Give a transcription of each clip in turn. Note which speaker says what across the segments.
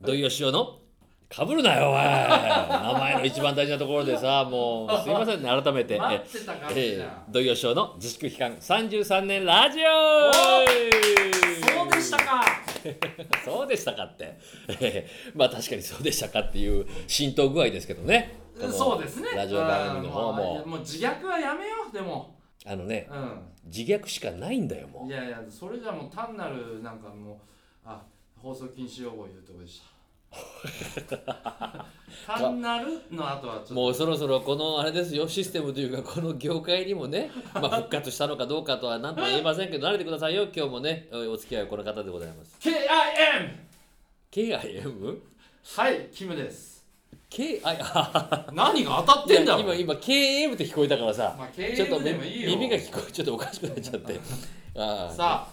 Speaker 1: 土井善雄の「かぶるなよおい名前の一番大事なところでさもうすいませんね改めて
Speaker 2: 待
Speaker 1: え
Speaker 2: ってたからじ
Speaker 1: え
Speaker 2: ゃん
Speaker 1: 土井善雄の自粛期間33年ラジオ
Speaker 2: そうでしたか
Speaker 1: そうでしたかって、ええまあ確かにそうでしたかっていう浸透具合ですけどねこの
Speaker 2: そうですね
Speaker 1: ラジオ番組の方
Speaker 2: うん
Speaker 1: も
Speaker 2: うもう自虐はやめようでも
Speaker 1: あのね
Speaker 2: う
Speaker 1: 自虐しかないんだよも
Speaker 2: んいうやいやそれじゃもう単なるなんかもうあ放送禁止用語言うとこで した単なるの後はちょっと
Speaker 1: もうそろそろこのあれですよシステムというかこの業界にもね、まあ、復活したのかどうかとは何とは言えませんけど慣れてくださいよ今日もねお付き合いはこの方でございます
Speaker 2: KIM
Speaker 1: KIM?K
Speaker 2: はいキムです
Speaker 1: I あ
Speaker 2: 何が当たっ
Speaker 1: いや
Speaker 2: てんだろ
Speaker 1: 今今 KM って聞こえたからさ、
Speaker 2: まあ KM
Speaker 1: ちょっと
Speaker 2: で
Speaker 1: ね
Speaker 2: もいいよ
Speaker 1: 耳が聞こえちょっとおかしくなっちゃって ああ
Speaker 2: さ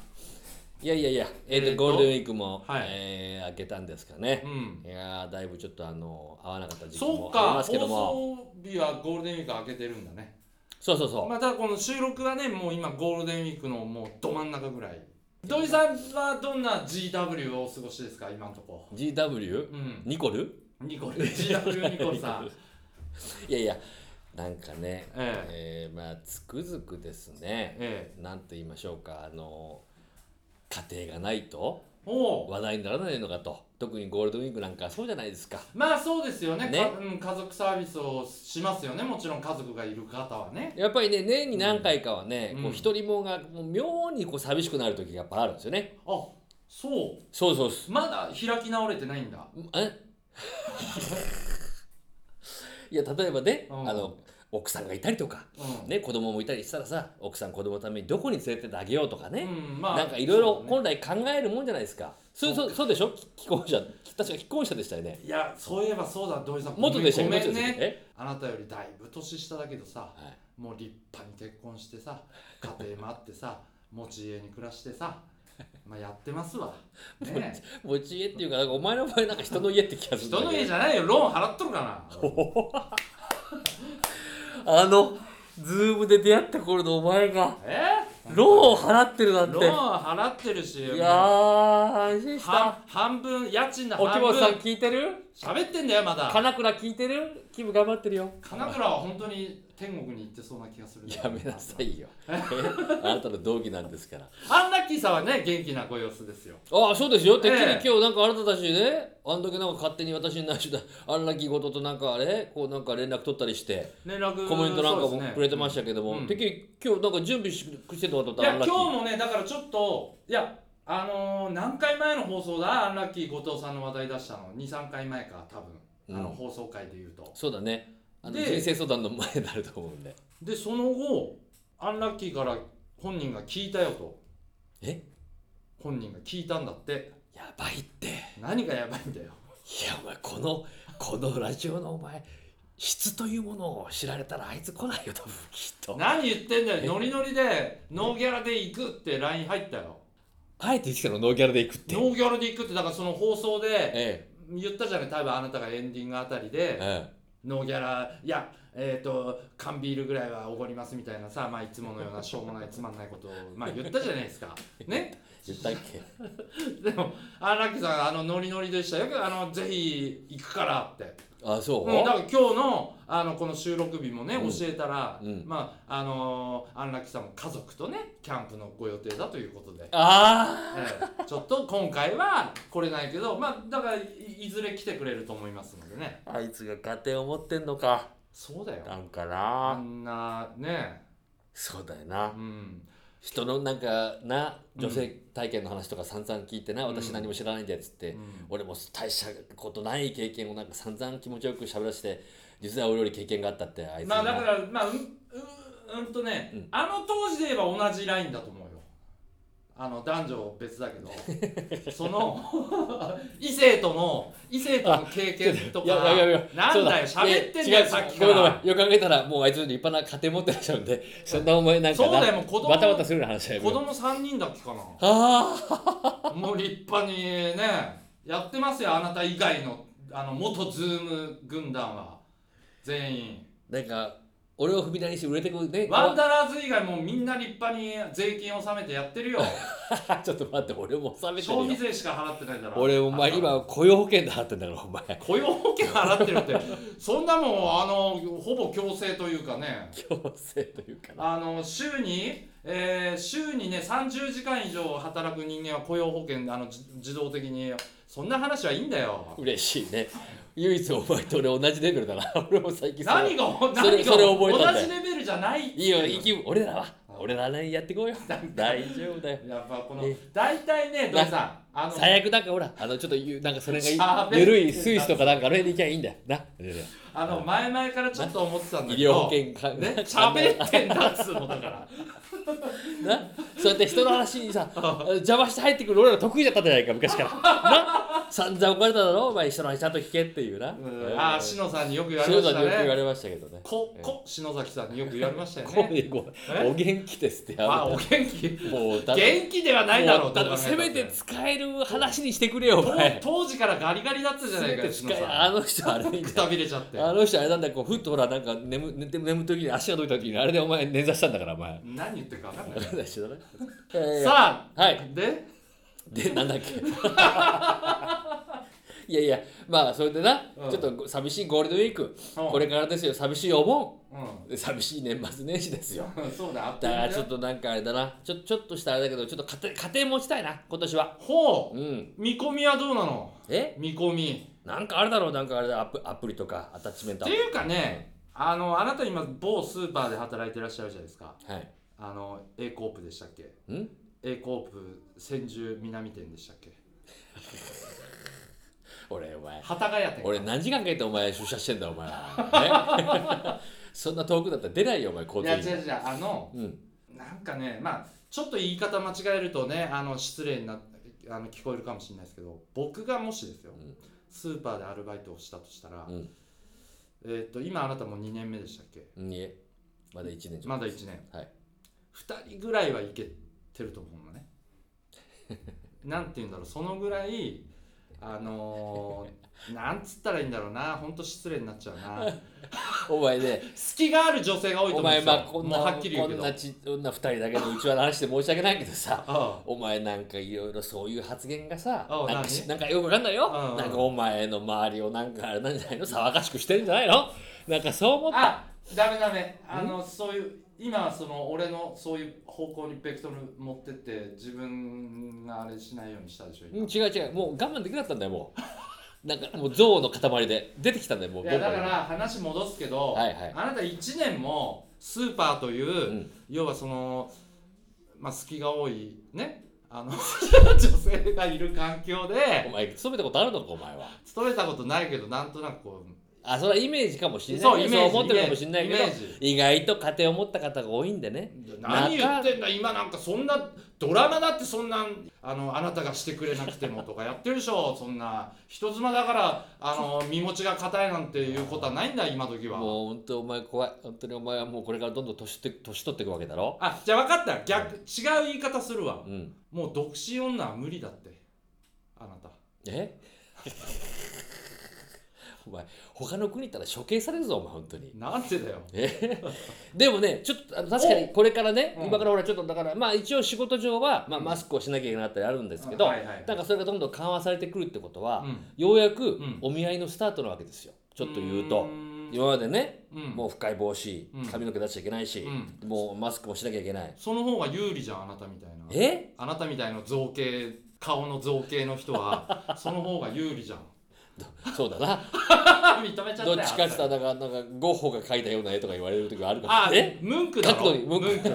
Speaker 1: いやいやいや、えーと
Speaker 2: えーと
Speaker 1: ゴールデンウィークも、
Speaker 2: はい
Speaker 1: えー明けたんですか
Speaker 2: あ
Speaker 1: ね
Speaker 2: う、ん
Speaker 1: いやーだいぶちょっとあの合わなかった時期
Speaker 2: そ
Speaker 1: も
Speaker 2: う
Speaker 1: あり
Speaker 2: か
Speaker 1: ま
Speaker 2: 放
Speaker 1: すけども
Speaker 2: 送日はゴールデンウィーク開けてるんだね
Speaker 1: そうそうそう、
Speaker 2: まあただこの収録はねもう今ゴールデンウィークのもうど真ん中ぐらい土井さんはどんな GW をお過ごしですか今のとこ
Speaker 1: GW
Speaker 2: うん
Speaker 1: ニコル
Speaker 2: ニコル GW ニコル さん
Speaker 1: いやいやなんかね、
Speaker 2: え
Speaker 1: え
Speaker 2: え
Speaker 1: ーまあつくづくですね
Speaker 2: ええ
Speaker 1: なんと言いましょうかあの家庭がないと
Speaker 2: おう
Speaker 1: 話題にならないのかと特にゴールデンウィークなんかそうじゃないですか
Speaker 2: まあそうですよね
Speaker 1: ね
Speaker 2: かうん、家族サービスをしますよねもちろん家族がいる方はね
Speaker 1: やっぱりね年に何回かはね、
Speaker 2: うん
Speaker 1: こう一人もがもう妙にこう寂しくなる時がやっぱあるんですよね
Speaker 2: あそ
Speaker 1: そうそうそう
Speaker 2: うまだ開き直れてないんだ
Speaker 1: え いや例えばね、
Speaker 2: うん
Speaker 1: あの奥さんがいたりとか、
Speaker 2: うん、
Speaker 1: ね、子供もいたりしたらさ奥さん子供のためにどこに連れてってあげようとかね、
Speaker 2: うんまあ
Speaker 1: なんかいろいろ
Speaker 2: そうだね
Speaker 1: 本来考えるもんじゃないですかそうそうそうでしょき既婚者確か既婚者でしたよね
Speaker 2: いやそういえばそうだ土井さん
Speaker 1: 元でした
Speaker 2: ご
Speaker 1: よ
Speaker 2: め
Speaker 1: 元
Speaker 2: ん
Speaker 1: でしたよ
Speaker 2: ね
Speaker 1: ね
Speaker 2: あなたよりだいぶ年下だけどさ
Speaker 1: はい
Speaker 2: もう立派に結婚してさ家庭もあってさ 持ち家に暮らしてさまあやってます わねえ
Speaker 1: 持ち家っていうかなんかお前の場合なんか人の家って気がするんだ
Speaker 2: 人
Speaker 1: けど
Speaker 2: の家じゃないよローン払っとるかな
Speaker 1: あのズームで出会った頃のお前が
Speaker 2: え
Speaker 1: ローンを払ってるなんて
Speaker 2: ローン払ってるし
Speaker 1: いやー安心した
Speaker 2: 半半分家賃の
Speaker 1: 沖
Speaker 2: 半
Speaker 1: 本さん
Speaker 2: 分
Speaker 1: 聞いてる
Speaker 2: 喋ってんだよまだ
Speaker 1: 金倉聞いてるキム頑張ってるよ
Speaker 2: 金倉は本当に天国に行ってそうな気がする
Speaker 1: やめなさいよあなたの同義なんですから
Speaker 2: アンラッキーさんはね元気なご様子ですよ
Speaker 1: ああそうですよてっきり
Speaker 2: ええ
Speaker 1: 今日なんかあなたたちねあんだけなんか勝手に私に内緒だあんなき事となんかあれこうなんか連絡取ったりして
Speaker 2: 連絡
Speaker 1: コメントなんか
Speaker 2: そう
Speaker 1: も
Speaker 2: ですね
Speaker 1: くれてましたけども、
Speaker 2: うん
Speaker 1: てっきり今日なんか準備ししてたのかと
Speaker 2: い
Speaker 1: 思ったら
Speaker 2: や
Speaker 1: アンラッ
Speaker 2: 今日
Speaker 1: キー
Speaker 2: もねだからちょっといやあのー何回前の放送だアンラッキー後藤さんの話題出したの23回前か多分あの
Speaker 1: うん
Speaker 2: 放送回で言うと、
Speaker 1: そうだねあの
Speaker 2: で
Speaker 1: 人生相談の前になると思うんで
Speaker 2: でその後アンラッキーから本人が聞いたよと
Speaker 1: え
Speaker 2: 本人が聞いたんだって
Speaker 1: やばいってい
Speaker 2: 何がやばいんだよ
Speaker 1: やお前このこのラジオのお前質というものを知られたらあいつ来ないよ多分きっと
Speaker 2: 何言ってんだよノリノリでノーギャラで行くって LINE 入ったよ
Speaker 1: あえて言ってたのノーギャラで行くって
Speaker 2: ノーギャラで行くってだからその放送で
Speaker 1: え
Speaker 2: 言ったじゃない多分あなたがエンディングあたりで、
Speaker 1: ええ
Speaker 2: ノーギャラいやえっ、と缶ビールぐらいはおごりますみたいなさまあいつものようなしょうもないつまんないことをまあ言ったじゃないです かね
Speaker 1: え言ったっけ
Speaker 2: でもあラッキーさんあのノリノリでしたよあのぜひ行くからって、
Speaker 1: あそう、
Speaker 2: うん、だから今日のあのこの収録日もね、
Speaker 1: うん
Speaker 2: 教えたら、
Speaker 1: うん
Speaker 2: まああのー、アンラッキーさんも家族とねキャンプのご予定だということで、
Speaker 1: あ
Speaker 2: ええちょっと今回は来れないけどまあだからいいずれ来てくれると思いますのでね
Speaker 1: ああいつが家庭を持ってんのか
Speaker 2: そうだよ
Speaker 1: なんか
Speaker 2: あ
Speaker 1: なん
Speaker 2: なね
Speaker 1: そうだよな
Speaker 2: うん
Speaker 1: 人のなんかな
Speaker 2: うん
Speaker 1: 女性体験の話とか散々聞いてな、
Speaker 2: うん
Speaker 1: 私何も知らないんだよっつって、
Speaker 2: うん
Speaker 1: 俺も大したことない経験をなんか散々気持ちよく喋らせて実は俺より経験があったってあいつ
Speaker 2: まあだ
Speaker 1: な
Speaker 2: からまあうんうんうんとね、
Speaker 1: うん
Speaker 2: あの当時で言えば同じラインだと思うよあの男女別だけど その異性との異性との経験とか
Speaker 1: いやいやいやいや
Speaker 2: なんだよ
Speaker 1: そう
Speaker 2: 喋ってん
Speaker 1: いや違
Speaker 2: だよ
Speaker 1: う
Speaker 2: さっき
Speaker 1: ご
Speaker 2: か
Speaker 1: めんごめんよ
Speaker 2: ら
Speaker 1: く考えたらもうあいつ立派な家庭持ってらっしゃるんでそんなお前なんか
Speaker 2: そう
Speaker 1: な
Speaker 2: だよもう子供
Speaker 1: バタバタするような話だよ
Speaker 2: 子供3人だっけか
Speaker 1: ああ
Speaker 2: なもう立派にねやってますよあなた以外のあの元ズーム軍団は全員
Speaker 1: なんか俺を踏み台にして売れてくね
Speaker 2: ワンダラーズ以外もうみんな立派に税金納めてやってるよ
Speaker 1: ちょっと待って俺も納めて
Speaker 2: 消
Speaker 1: る
Speaker 2: 費
Speaker 1: よ
Speaker 2: 税しか払ってないんだから
Speaker 1: 俺お前
Speaker 2: あ
Speaker 1: 今雇用保険で払ってんだからお前
Speaker 2: 雇用保険払ってるってそんなもんあのほぼ強制というかね
Speaker 1: 強制というかな
Speaker 2: あの週に、えー週にね30時間以上働く人間は雇用保険あのじ自動的にそんな話はいいんだよ
Speaker 1: 嬉しいね唯一お前と俺同じレベルだな俺も最近それ
Speaker 2: 何が何が
Speaker 1: それそれ覚えたんだ
Speaker 2: 同
Speaker 1: よ
Speaker 2: じレベルじゃないって
Speaker 1: いいよ生き俺らは
Speaker 2: うん
Speaker 1: 俺らねやってこうよ大丈夫だよ
Speaker 2: やっぱこの
Speaker 1: え
Speaker 2: 大体ね土井さんあの
Speaker 1: 最悪なんかほらあのちょっとゆなんかそれがいい
Speaker 2: 喋ってた
Speaker 1: ゆるいスイスとかなんかあれで行きゃいいんだよな
Speaker 2: あの前々からちょっと思ってたんだけ
Speaker 1: 医療保
Speaker 2: ど
Speaker 1: 険か
Speaker 2: ね 喋ってんだっつうのだから
Speaker 1: なそうやって人の話にさ邪魔して入ってくる俺ら得意だったじゃないか昔からな散々怒られただろお前人の話ちゃんと聞けっていうな、
Speaker 2: うんああ篠さんによく言われ
Speaker 1: 篠
Speaker 2: ま
Speaker 1: 田
Speaker 2: し
Speaker 1: に
Speaker 2: た
Speaker 1: よく言わ
Speaker 2: ね
Speaker 1: れましたけどね
Speaker 2: ここ篠崎さんによく言われました よ
Speaker 1: こう
Speaker 2: ね
Speaker 1: いうご
Speaker 2: え
Speaker 1: お元気ですってや
Speaker 2: あ
Speaker 1: め
Speaker 2: お元気
Speaker 1: てもうだって
Speaker 2: 元気ではないだろう
Speaker 1: もだって
Speaker 2: どう考え
Speaker 1: せ
Speaker 2: たっ
Speaker 1: めて使える話にしてくれよお
Speaker 2: 当
Speaker 1: 前
Speaker 2: 当時からガリガリだったじゃ
Speaker 1: せ
Speaker 2: ない
Speaker 1: め
Speaker 2: かよ
Speaker 1: て使
Speaker 2: 篠
Speaker 1: え
Speaker 2: さ
Speaker 1: あ
Speaker 2: ん
Speaker 1: の人あれみ
Speaker 2: く
Speaker 1: たい
Speaker 2: たびれちゃって
Speaker 1: なあの人あれなんだこうふっとほらなんか眠寝て眠った時に足がどいた時にあれでお前捻挫したんだからお前
Speaker 2: 何言ってるか分かんない
Speaker 1: 知らないいやいやいや
Speaker 2: さあ、
Speaker 1: はい
Speaker 2: で
Speaker 1: でなんだ っけいやいやまあそれでな、
Speaker 2: うん
Speaker 1: ちょっと寂しいゴールデンウィーク、
Speaker 2: うん
Speaker 1: これからですよ寂しいお盆
Speaker 2: う
Speaker 1: 寂しい年末年始ですよ
Speaker 2: んそうだあった
Speaker 1: だ
Speaker 2: ん
Speaker 1: から
Speaker 2: だよ
Speaker 1: ちょっとなんかあれだなちょちょっとしたあれだけどちょっと家庭家庭持ちたいな今年は
Speaker 2: ほ
Speaker 1: うん
Speaker 2: う見込みはどうなの
Speaker 1: え
Speaker 2: 見込み
Speaker 1: なんかあれだろうなんかあれだアプアプリとかアタッチメント
Speaker 2: っていうかね、あのあなた今某スーパーで働いてらっしゃるじゃないですか
Speaker 1: はい
Speaker 2: あの A コープでしたっけ
Speaker 1: ん
Speaker 2: A コープ千住南店でしたっけ
Speaker 1: 俺お前
Speaker 2: 幡ヶ谷店
Speaker 1: 俺何時間かけてお前出社してんだお前、ね、 そんな遠くだったら出ないよお前交
Speaker 2: いや
Speaker 1: 通
Speaker 2: 違う
Speaker 1: 費
Speaker 2: 違うあの
Speaker 1: うん
Speaker 2: なんかねまあちょっと言い方間違えるとねあの失礼になあの聞こえるかもしれないですけど僕がもしですよ、
Speaker 1: ん
Speaker 2: スーパーでアルバイトをしたとしたら、
Speaker 1: うん
Speaker 2: えっと今あなたも2年目でしたっけ
Speaker 1: うんいえまだ1年じゃ
Speaker 2: まだ1年
Speaker 1: はい
Speaker 2: 2人ぐらいはいけてると思う のねなんて言うんだろうそのぐらいあの ー、なんつったらいいんだろうなほんと失礼になっちゃうな
Speaker 1: お前ね
Speaker 2: 隙がある女性が多いと
Speaker 1: お
Speaker 2: 思うん
Speaker 1: 前
Speaker 2: ですよ
Speaker 1: まあこんな
Speaker 2: もうはっきり言う
Speaker 1: こ
Speaker 2: け
Speaker 1: ん
Speaker 2: ど
Speaker 1: なちこんな2人だけのうちわの話で申し訳ないけど さ
Speaker 2: あ
Speaker 1: お前なんかいろいろそういう発言がさ
Speaker 2: あ
Speaker 1: なんか
Speaker 2: 何
Speaker 1: しなんかよくわかんないよ
Speaker 2: うんうん
Speaker 1: なんかお前の周りをなんかあれなんじゃないの騒がしくしてるんじゃないのなんかそう思った
Speaker 2: ああダメダメあのそういう今はその俺のそういう方向にベクトル持ってって自分があれしないようにしたでしょ
Speaker 1: うん
Speaker 2: 今
Speaker 1: 違う違うもう我慢できなかったんだよもうなんかもう象の塊で出てきたんだよもう
Speaker 2: いや
Speaker 1: 僕
Speaker 2: だ
Speaker 1: は
Speaker 2: から話戻すけど、
Speaker 1: はいはい
Speaker 2: あなた1年もスーパーという、
Speaker 1: ん
Speaker 2: 要はその、まあ、隙が多いねあの 女性がいる環境
Speaker 1: お
Speaker 2: で
Speaker 1: 前勤めたことあるのかお前は
Speaker 2: 勤めたことないけどなんとなくこう
Speaker 1: あそれはイメージかもしれない
Speaker 2: そうイメージ
Speaker 1: そう思ってるかもしれないけど
Speaker 2: イメージ
Speaker 1: 意外と家庭を持った方が多いんでね
Speaker 2: 何言ってんだ今なんかそんなドラマだってそんなあのあなたがしてくれなくてもとかやってるでしょそんな人妻だからあの身持ちが硬いなんていうことはないんだ今時は。
Speaker 1: もう本当お前怖い本当にお前はもうこれからどんどん年取って年取っていくわけだろ
Speaker 2: あじゃあ分かった逆違う言い方するわ
Speaker 1: う。ん
Speaker 2: もう独身女は無理だってあなた
Speaker 1: え お前他の国行ったら処刑されるぞお前本当に
Speaker 2: なんてだよ
Speaker 1: でもねちょっとあの確かにこれからね
Speaker 2: うん
Speaker 1: 今から俺はちょっとだからまあ一応仕事上は、まあ、マスクをしなきゃいけなかったりあるんですけど、
Speaker 2: はいはいはい
Speaker 1: なんかそれがどんどん緩和されてくるってことは、
Speaker 2: うん
Speaker 1: ようやく
Speaker 2: ん
Speaker 1: お見合いのスタートなわけですよちょっと言う
Speaker 2: う
Speaker 1: と
Speaker 2: ーん
Speaker 1: 今までね、
Speaker 2: うん
Speaker 1: もう深い帽子
Speaker 2: うん
Speaker 1: 髪の毛出しちゃいけないし、もうマスクもしなきゃいけない
Speaker 2: その方が有利じゃんあなたみたいな
Speaker 1: え
Speaker 2: あなたみたいな造形顔の造形の 人はその方が有利じゃん
Speaker 1: そうだな。
Speaker 2: 認めちゃった
Speaker 1: ど
Speaker 2: よ
Speaker 1: っちかって言ったら、なんか、なんか、ゴッホが描いたような絵とか言われる時があるから
Speaker 2: あ。
Speaker 1: ね。
Speaker 2: ムンクだ
Speaker 1: 角
Speaker 2: ろ
Speaker 1: にムンク
Speaker 2: ンク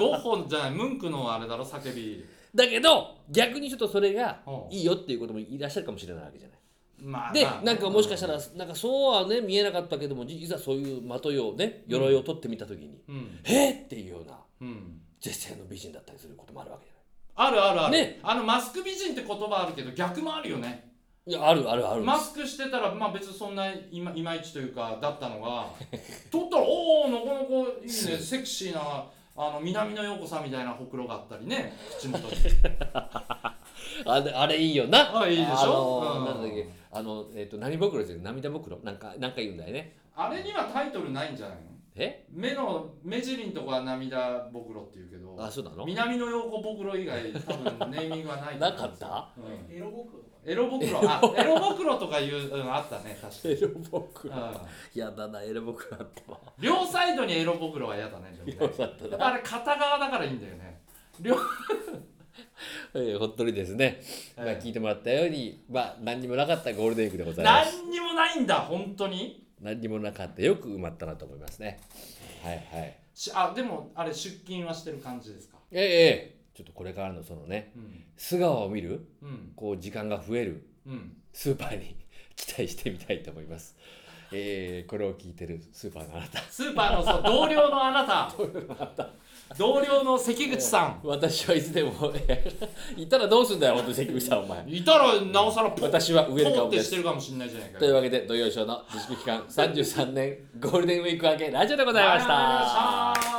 Speaker 2: ゴッホじゃないムンクのあれだろ叫び
Speaker 1: だけど、逆にちょっとそれが
Speaker 2: うん
Speaker 1: いいよっていうこともいらっしゃるかもしれないわけじゃない。
Speaker 2: まあ
Speaker 1: で
Speaker 2: まあ、
Speaker 1: なんかもしかしたら、なんかそうはね、見えなかったけども、実はそういうまといをね、鎧を取ってみたときに、
Speaker 2: うん
Speaker 1: えっっていうような
Speaker 2: うん
Speaker 1: 絶世の美人だったりすることもあるわけじゃない。
Speaker 2: あるあるある、
Speaker 1: ね
Speaker 2: あのマスク美人って言葉あるけど逆もあるよね
Speaker 1: いや、あるあるある。
Speaker 2: マスクしてたら、まあ、別にそんないまいまいちというかだった のが取ったらおおなかなかいいねセクシーなあの南野陽子さんみたいなほくろがあったりね口元 に
Speaker 1: あれ、あれいいよな。
Speaker 2: あいいでしょ
Speaker 1: あの
Speaker 2: うん
Speaker 1: なんだっけ、あの、えっと、何袋ですよ、涙袋、なんか、なんか言うんだよね。
Speaker 2: あれにはタイトルないんじゃないの
Speaker 1: え
Speaker 2: 目の目尻のとこは涙ぼくろって言うけど
Speaker 1: あそうなの
Speaker 2: 南の陽子ぼくろ以外多分ネーミングはないと
Speaker 1: な
Speaker 2: 思
Speaker 1: か
Speaker 2: うん
Speaker 1: っ
Speaker 2: ですよ
Speaker 1: た
Speaker 2: うん
Speaker 3: エロボクとか
Speaker 2: エロぼくろあエロぼくろとかいう、うん、あったね確か
Speaker 1: エ
Speaker 2: に、
Speaker 1: ロボク
Speaker 2: う
Speaker 1: ラ
Speaker 2: ん、
Speaker 1: やだなエロボクラってば
Speaker 2: 両サイドにエロぼくろは嫌だ ねでも
Speaker 1: よ
Speaker 2: ね
Speaker 1: かったな
Speaker 2: あれ片側だからいいんだよね両、
Speaker 1: えーほっとりですね、まあ、聞いてもらったようにまあ何にもなかったゴールデンウィークでございます
Speaker 2: 何にもないんだ本当に
Speaker 1: 何にもなかったよく埋まったなと思いますねはいはい
Speaker 2: しあでもあれ出勤はしてる感じですか
Speaker 1: ええええちょっとこれからのそのね
Speaker 2: うん
Speaker 1: 素顔を見る
Speaker 2: うん
Speaker 1: こう時間が増える
Speaker 2: うん
Speaker 1: スーパーに 期待してみたいと思いますええこれを聞いてるスーパーのあなた
Speaker 2: スーパーのそう同僚のあな た同僚の関口さん
Speaker 1: 私はいつでもえーいたらどうすんだよ本当に関口さんお前
Speaker 2: いたらなおさらポッ
Speaker 1: 私はウェルカ
Speaker 2: ポっ
Speaker 1: ムで
Speaker 2: て
Speaker 1: す
Speaker 2: してるかもしれないじゃないか
Speaker 1: というわけで土曜ショーの自粛期間33年ゴールデンウィーク明けラジオでございました。
Speaker 2: ありがとうございました